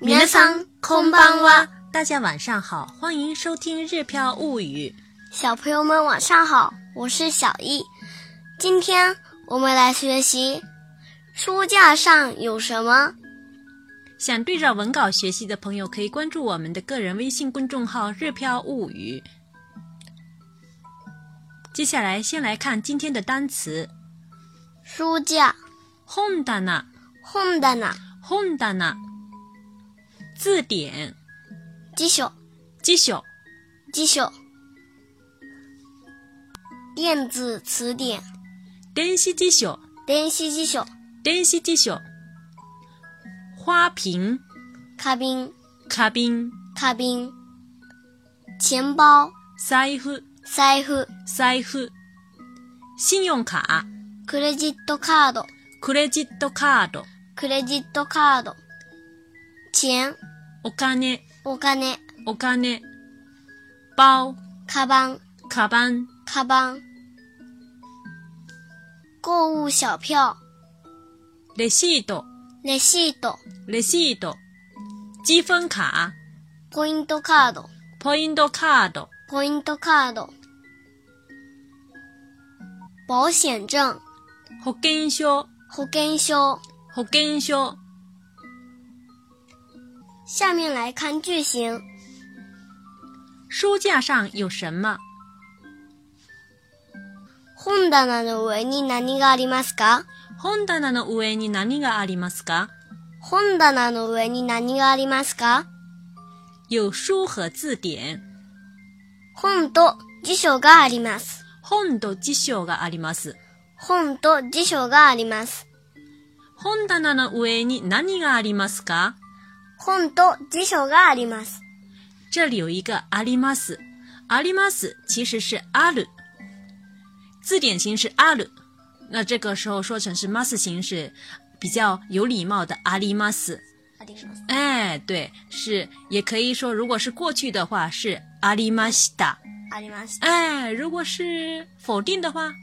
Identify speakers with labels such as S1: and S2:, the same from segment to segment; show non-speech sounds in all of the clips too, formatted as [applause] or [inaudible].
S1: 皆さんこんばんは，
S2: 大家晚上好，欢迎收听《日飘物语》。
S1: 小朋友们晚上好，我是小易。今天我们来学习书架上有什么。
S2: 想对照文稿学习的朋友，可以关注我们的个人微信公众号“日飘物语”。接下来，先来看今天的单词：
S1: 书架、
S2: 本棚、
S1: 本棚、
S2: 本棚、字典、
S1: 辞書、
S2: 辞書、
S1: 辞書、電子詞典、
S2: 電子辞書、
S1: 電子辞書、
S2: 電子辞書、花瓶、
S1: 花瓶、
S2: 花瓶、
S1: 花瓶、錢包、
S2: 財布、
S1: 財布、
S2: 財布、信用卡、
S1: クレジットカード、
S2: クレジットカード、
S1: クレジットカード、錢、
S2: お金、
S1: お金、
S2: お金、包、
S1: カバン、
S2: カバン、
S1: カバン、購物小票、
S2: レシート、
S1: レシート、
S2: レシート、积分卡、
S1: ポイントカード、
S2: ポイントカード、
S1: ポイントカード、保险证、
S2: 保険証、
S1: 保険証。
S2: 保険証。
S1: 下面来看句型，
S2: 书架上有什么？
S1: 本棚の上に何がありますか？
S2: 本棚の上に何がありますか？
S1: 本棚の上に何がありますか？
S2: 有书和字典、
S1: 本と辞書があります。
S2: 本と辞書があります。
S1: 本と辞書があります。
S2: 本棚の上に何がありますか？
S1: 本と辞書があります。
S2: 这里有一个あります。あります其实是ある，字典型是ある，那这个时候说成是 mas 形式，比较有礼貌的あります。
S1: あります。
S2: 哎，对，是，也可以说，如果是过去的话是ありました。
S1: あります。
S2: 哎，如果是否定的话，
S1: うん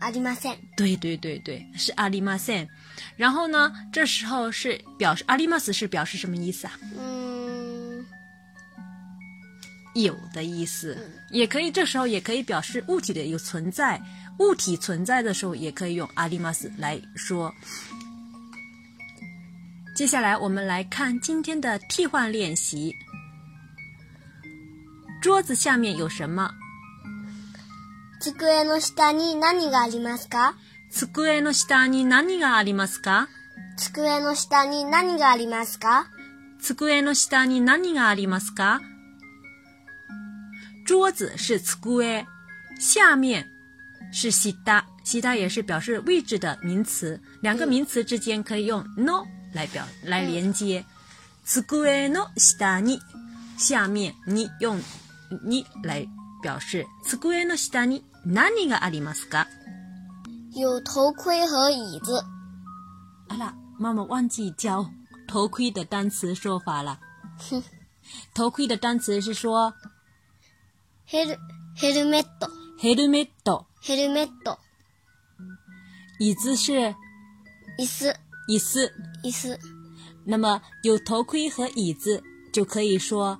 S1: ありません。
S2: 对对对对，是ありません。然后呢，这时候是表示あります是表示什么意思啊？
S1: うーん。
S2: 有的意思，也可以这时候也可以表示物体的有存在，物体存在的时候也可以用あります来说。接下来我们来看今天的替换练习。桌子下面有什么？
S1: 机の下に何がありますか？
S2: 机の下に何がありますか？
S1: 机の下に何がありますか？
S2: 机の下に何がありますか？桌子是机，下面是下，下也是表示位置的名词。两个名词之间可以用 no 来表来连接。机の下に，下面に用に来表示。机の下に何がありますか？
S1: 有头盔和椅子。 [laughs]
S2: 啊啦，妈妈忘记教头盔的单词说法了。
S1: 哼
S2: 头盔的单词是说
S1: ヘル、ヘルメット、
S2: ヘルメット，
S1: ヘルメット、
S2: 椅子是
S1: 椅子、
S2: 椅子。
S1: 椅子、
S2: 那么有头盔和椅子就可以说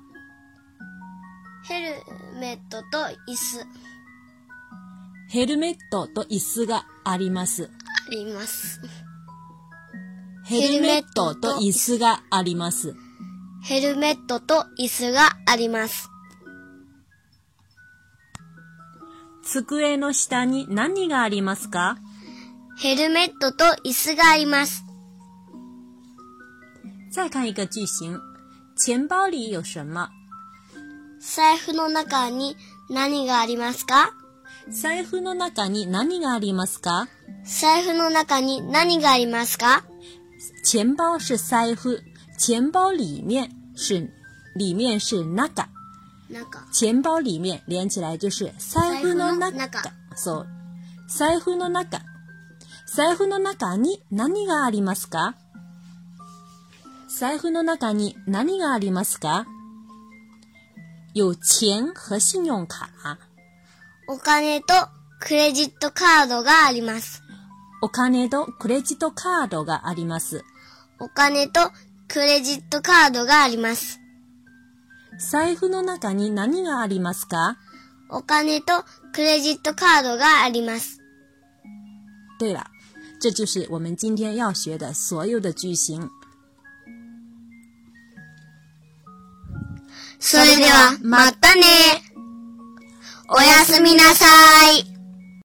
S1: ヘルメットと椅子あ
S2: ヘルメットと椅子があります。
S1: ります。
S2: ヘルメットと椅子があります。
S1: ヘルメットと椅子があります。
S2: 机の下に何がありますか
S1: ヘルメットと椅子があります。
S2: 再看一个句型。钱包里有什么
S1: 財布の中に何がありますか
S2: 財布の中に何がありますか
S1: 財布の中に何がありますか
S2: 钱包是財布。钱包里面是、里面是中。
S1: なんか、
S2: 钱包里面连起来就是財布の
S1: 財布の
S2: 中。
S1: 中
S2: そう。財布の中。財布の中に何がありますか財布の中に何がありますか有钱和信用卡。
S1: お金とクレジットカードがあります。
S2: お金とクレジットカードがあります。
S1: お金とクレジットカードがあります。
S2: 財布の中に何がありますか
S1: お金とクレジットカードがあります。
S2: 对了，这就是我们今天要学的所有的句型。
S1: それでは、またね。おやすみなさい。